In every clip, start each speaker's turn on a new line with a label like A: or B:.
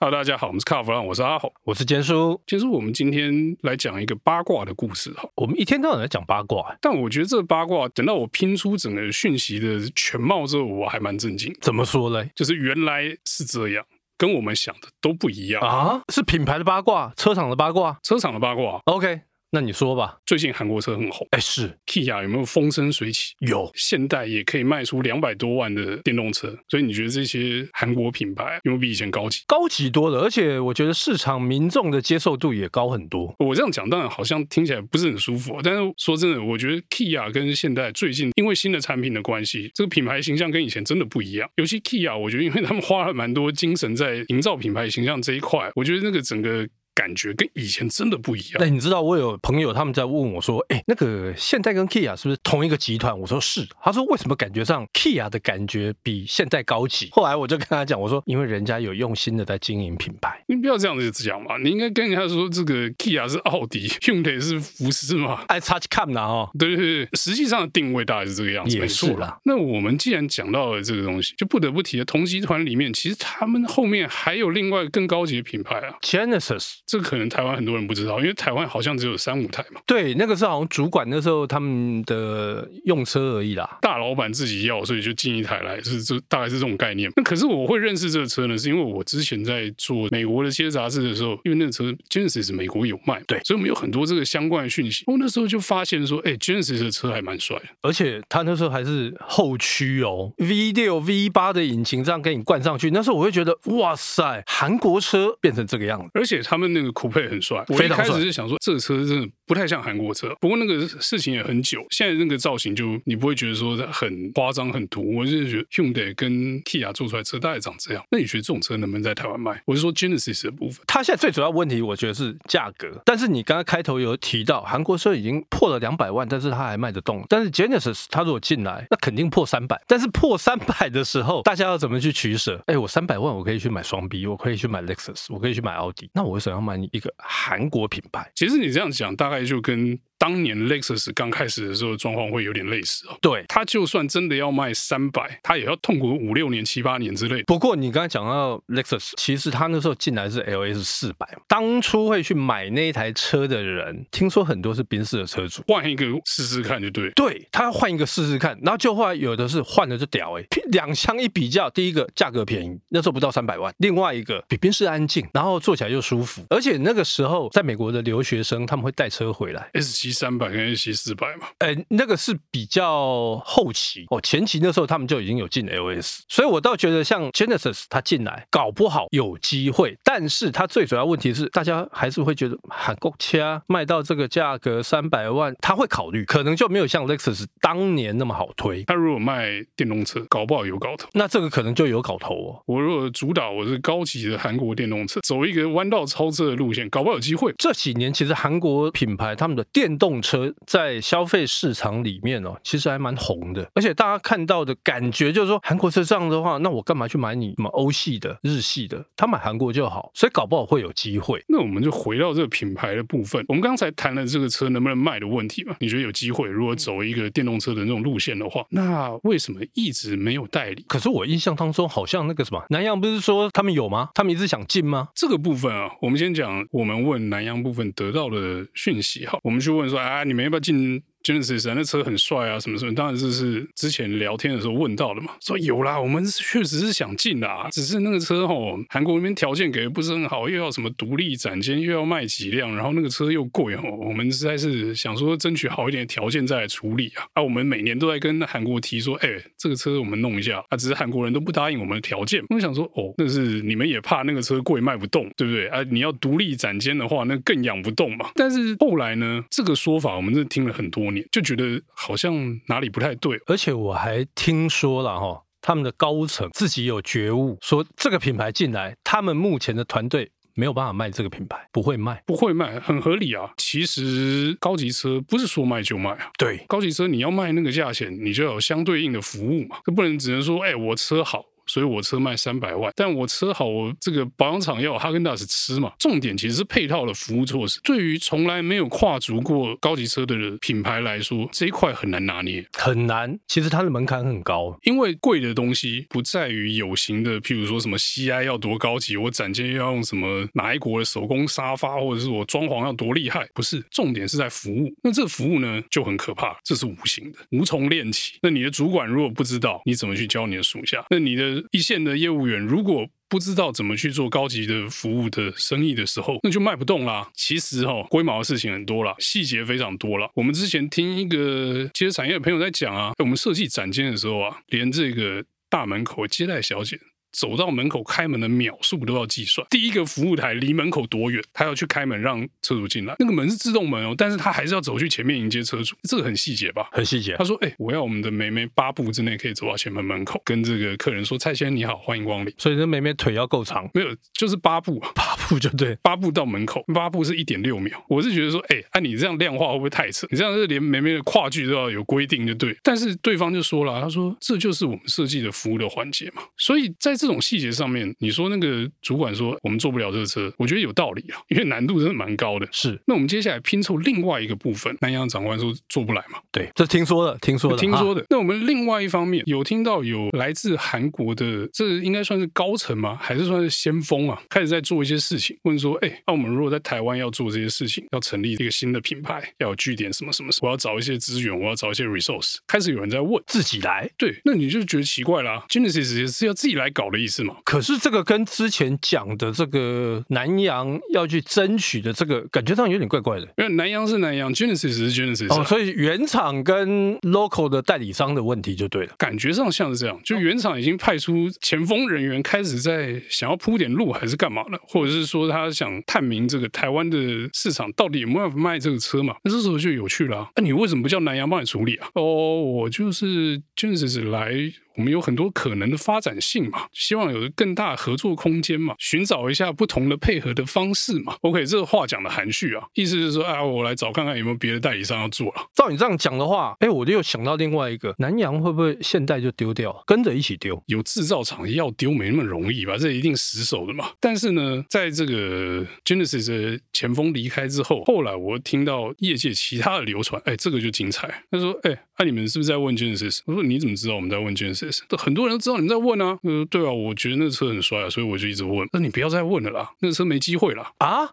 A: Hello，大家好，我们是卡弗朗，我是阿红。
B: 我是坚叔，
A: 其实我们今天来讲一个八卦的故事哈，
B: 我们一天到晚在讲八卦，
A: 但我觉得这八卦等到我拼出整个讯息的全貌之后，我还蛮震惊，
B: 怎么说嘞？
A: 就是原来是这样，跟我们想的都不一样。
B: 啊，是品牌的八卦，车厂的八卦。
A: 车厂的八卦，
B: OK，那你说吧。
A: 最近韩国车很红
B: 哎，是
A: ，Kia 有没有风生水起？
B: 有，
A: 现代也可以卖出两百多万的电动车，所以你觉得这些韩国品牌有没有比以前高级？
B: 高级多了，而且我觉得市场民众的接受度也高很多。
A: 我这样讲当然好像听起来不是很舒服，啊但是说真的，我觉得 Kia 跟现代最近因为新的产品的关系，这个品牌形象跟以前真的不一样。尤其 Kia，我觉得因为他们花了蛮多精神在营造品牌形象这一块，我觉得那个整个感觉跟以前真的不一样。
B: 那你知道我有朋友他们在问我说，哎，那个现代跟 Kia 是不是同一个集团？我说是。他说为什么感觉上 Kia 的感觉比现代高级？后来我就跟他讲，我说因为人家有用心的在经营品牌。
A: 你不要这样子讲嘛，你应该跟人家说这个 Kia 是奥迪，Hyundai 是福斯嘛。
B: 爱 touch cam 啦哦，
A: 对对对，实际上的定位大概是这个样子，
B: 也
A: 没错
B: 是啦。
A: 那我们既然讲到了这个东西，就不得不提了。同集团里面，其实他们后面还有另外更高级的品牌啊，
B: Genesis，
A: 这可能台湾很多人不知道，因为台湾好像只有三五台嘛，
B: 对，那个是好像主管那时候他们的用车而已啦。
A: 大老板自己要，所以就进一台来，是这大概是这种概念。那可是我会认识这个车呢，是因为我之前在做美国的些杂志的时候，因为那个车 Genesis 美国有卖，
B: 对
A: 所以我们有很多这个相关的讯息。我哦那时候就发现说，哎，Genesis 的车还蛮帅的，
B: 而且他那时候还是后驱哦，V 六 V 八的引擎这样给你灌上去，那时候我会觉得哇塞，韩国车变成这个样子，
A: 而且他们那个酷配很帅。我一
B: 非常
A: 开
B: 帅
A: 始是想说，这个车真的不太像韩国车，不过那个事情也很久，现在那个造型就你不会觉得说它很夸张、很突兀。我就是觉得 Hyundai 跟 Kia 做出来的车大概长这样。那你觉得这种车能不能在台湾卖？我是说 Genesis 的部分。
B: 它现在最主要问题我觉得是价格。但是你刚刚开头有提到，韩国车已经破了两百万，但是它还卖得动。但是 Genesis 它如果进来，那肯定破三百。但是破三百的时候，大家要怎么去取舍？哎，我三百万我可以去买双 B，我可以去买 Lexus，我可以去买奥迪，那我为什么要买你一个韩国品牌？
A: 其实你这样讲，大概就跟当年 Lexus 刚开始的时候的状况会有点类似哦。
B: 对，
A: 它就算真的要卖三百，它也要痛苦五六年、七八年之类的。
B: 不过你刚才讲到 Lexus，其实他那时候进来是 LS 四百，当初会去买那一台车的人，听说很多是宾士的车主。
A: 换一个试试看就对。
B: 对他要换一个试试看，然后就后来有的是换了就屌哎、两相一比较，第一个价格便宜，那时候不到三百万；另外一个比宾士安静，然后坐起来又舒服，而且那个时候在美国的留学生他们会带车回来，
A: S 七三百跟 S 七四百嘛，
B: 呃，那个是比较后期哦，前期那时候他们就已经有进 LS，所以我倒觉得像 Genesis 它进来，搞不好有机会，但是它最主要问题是，大家还是会觉得韩国车卖到这个价格三百万，他会考虑，可能就没有像 Lexus 当年那么好推，
A: 它如果卖电动车，搞不好有搞头。
B: 那这个可能就有搞头哦。
A: 我如果主打我是高级的韩国电动车，走一个弯道超车的路线，搞不好有机会。
B: 这几年其实韩国品牌他们的电动车在消费市场里面哦，其实还蛮红的，而且大家看到的感觉就是说，韩国车这样的话，那我干嘛去买你什么欧系的、日系的？他买韩国就好，所以搞不好会有机会。
A: 那我们就回到这个品牌的部分，我们刚才谈了这个车能不能卖的问题嘛？你觉得有机会？如果走一个电动车的那种路线的话，那为什么一直没有代理？
B: 可是我印象当中，好像那个什么南洋不是说他们有吗？他们一直想进吗？
A: 这个部分啊，我们先讲我们问南洋部分得到的讯息哈，我们去问说啊，你们要不要进 Genesis 啊？那车很帅啊，什么什么？当然这是之前聊天的时候问到的嘛，说有啦，我们确实是想进啦，只是那个车吼，韩国那边条件给的不是很好，又要什么独立展间，又要卖几辆，然后那个车又贵吼，我们实在是想说争取好一点的条件再来处理啊。啊，我们每年都在跟韩国提说，哎、这个车我们弄一下啊，只是韩国人都不答应我们的条件。我想说，哦，那是你们也怕那个车贵卖不动，对不对啊？你要独立展间的话，那更养不动嘛。但是后来呢，这个说法我们真的听了很多年，就觉得好像哪里不太对。
B: 而且我还听说了哈、他们的高层自己有觉悟，说这个品牌进来，他们目前的团队没有办法卖这个品牌，不会卖。
A: 不会卖，很合理啊。其实高级车不是说卖就卖啊，
B: 对，
A: 高级车你要卖那个价钱，你就要有相对应的服务嘛，这不能只能说，哎、我车好。所以我车卖三百万。但我车好，我这个保养厂要有哈根达斯吃嘛。重点其实是配套的服务措施。对于从来没有跨足过高级车的品牌来说，这一块很难拿捏。
B: 很难，其实它的门槛很高。
A: 因为贵的东西不在于有形的，譬如说什么 CI 要多高级，我展间要用什么哪一国的手工沙发，或者是我装潢要多厉害，不是，重点是在服务。那这服务呢就很可怕，这是无形的，无从练起。那你的主管如果不知道，你怎么去教你的属下？那你的一线的业务员如果不知道怎么去做高级的服务的生意的时候，那就卖不动啦。其实哈、哦，龟毛的事情很多啦，细节非常多啦。我们之前听一个汽车产业的朋友在讲啊，我们设计展间的时候啊，连这个大门口接待小姐。走到门口开门的秒数都要计算。第一个服务台离门口多远，他要去开门让车主进来。那个门是自动门哦，但是他还是要走去前面迎接车主，这个很细节吧？
B: 很细节
A: 他，说：“哎、我要我们的梅梅八步之内可以走到前门门口，跟这个客人说蔡先生你好，欢迎光临。
B: 所以这妹妹腿要够长”，
A: 没有，就是八步啊，
B: 八步就对。
A: 八步到门口，八步是一点六秒。我是觉得说，哎、按、你这样量化会不会太扯？你这样是连梅梅的跨距都要有规定，就对。但是对方就说了，他说这就是我们设计的服务的环节嘛。所以在这种细节上面，你说那个主管说我们做不了这个车，我觉得有道理啊，因为难度真的蛮高的。
B: 是
A: 那我们接下来拼凑另外一个部分，南洋长官说做不来嘛，
B: 对，这听说的，听说的，
A: 听说的。
B: 的。
A: 啊那我们另外一方面有听到有来自韩国的，这应该算是高层吗？还是算是先锋啊？开始在做一些事情，问说，哎、那、我们如果在台湾要做这些事情，要成立一个新的品牌，要有据点什么什么什么，我要找一些资源，我要找一些 resource。开始有人在问，
B: 自己来。
A: 对，那你就觉得奇怪啦，Genesis 啊也是要自己来搞的意思嘛？
B: 可是这个跟之前讲的这个南洋要去争取的这个，感觉上有点怪怪的。
A: 因为南洋是南洋，Genesis 是 Genesis，、啊
B: 哦，所以原厂跟 local 的代理商的问题就对了。
A: 感觉上像是这样，就原厂已经派出前锋人员，开始在想要铺点路，还是干嘛了，或者是说他想探明这个台湾的市场到底有没有办法卖这个车嘛？那这时候就有趣了、啊，那、你为什么不叫南洋帮你处理啊？哦，我就是 Genesis 来。我们有很多可能的发展性嘛，希望有更大的合作空间嘛，寻找一下不同的配合的方式嘛。OK，这个话讲的含蓄啊，意思是说，啊，我来找看看有没有别的代理商要做了。
B: 照你这样讲的话，哎，我就又想到另外一个，南洋会不会现代就丢掉，跟着一起丢？
A: 有制造厂要丢没那么容易吧？这一定死守的嘛。但是呢，在这个 Genesis 的前锋离开之后，后来我听到业界其他的流传，哎，这个就精彩。他说，哎，那、你们是不是在问 Genesis？我说你怎么知道我们在问 Genesis？很多人都知道你们在问啊。呃，对啊，我觉得那车很帅啊，所以我就一直问。那你不要再问了啦，那车没机会啦。
B: 啊，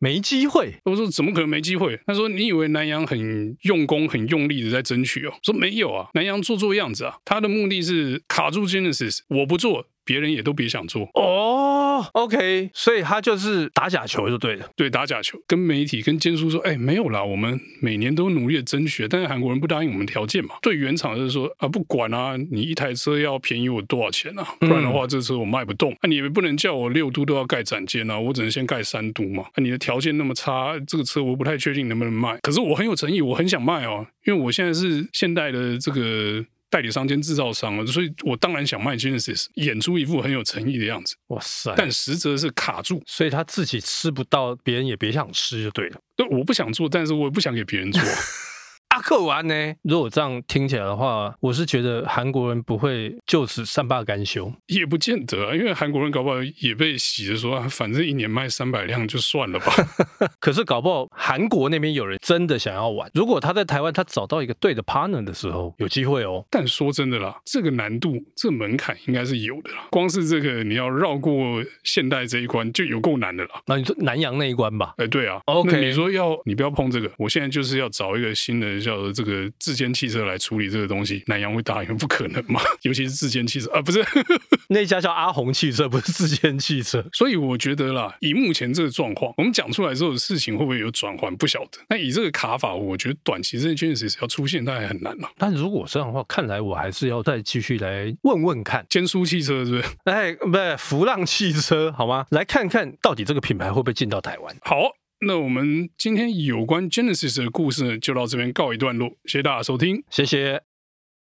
B: 没机会，
A: 我说怎么可能没机会？他说你以为南洋很用功、很用力的在争取哦？我说没有啊，南洋做做样子啊，他的目的是卡住 Genesis，我不做，别人也都别想做。
B: 哦，OK，所以他就是打假球就对了。
A: 对，打假球，跟媒体、跟监叔说，哎，没有啦，我们每年都努力的争取，但是韩国人不答应我们条件嘛。对原厂就是说啊，不管啊，你一台车要便宜我多少钱啊，不然的话这车我卖不动。那、啊你也不能叫我六都都要盖展间啊，我只能先盖三都嘛。啊那、你的条件那么差，这个车我不太确定能不能卖。可是我很有诚意，我很想卖哦，因为我现在是现代的这个。代理商兼制造商了，所以我当然想卖 Genesis，演出一副很有诚意的样子，
B: 哇塞！
A: 但实则是卡住，
B: 所以他自己吃不到，别人也别想吃就对了。
A: 对，我不想做，但是我也不想给别人做。
B: 阿克完呢？如果这样听起来的话，我是觉得韩国人不会就此善罢甘休。
A: 也不见得啊，因为韩国人搞不好也被洗着说，啊反正一年卖三百辆就算了吧。
B: 可是搞不好韩国那边有人真的想要玩。如果他在台湾，他找到一个对的 partner 的时候，有机会哦。
A: 但说真的啦，这个难度、这门槛应该是有的啦。光是这个你要绕过现代这一关就有够难的啦。
B: 那你说南洋那一关吧，
A: 哎，对啊
B: OK
A: 那你说要你不要碰这个，我现在就是要找一个新的叫做这个自建汽车来处理这个东西，南洋会答应不可能嘛？ 尤其是自建汽车啊，不是，
B: 那家叫阿红汽车，不是自建汽 车。
A: 所以我觉得啦，以目前这个状况，我们讲出来之后事情会不会有转换，不晓得。那以这个卡法，我觉得短期之内 Genesis 要出现，但还很难啦。
B: 但如果这样的话，看来我还是要再继续来问问看，
A: 坚叔汽车是不是？
B: 哎，不是浮浪汽车好吗？来看看到底这个品牌会不会进到台湾。
A: 好，那我们今天有关 Genesis 的故事呢，就到这边告一段落，谢谢大家收听。
B: 谢谢。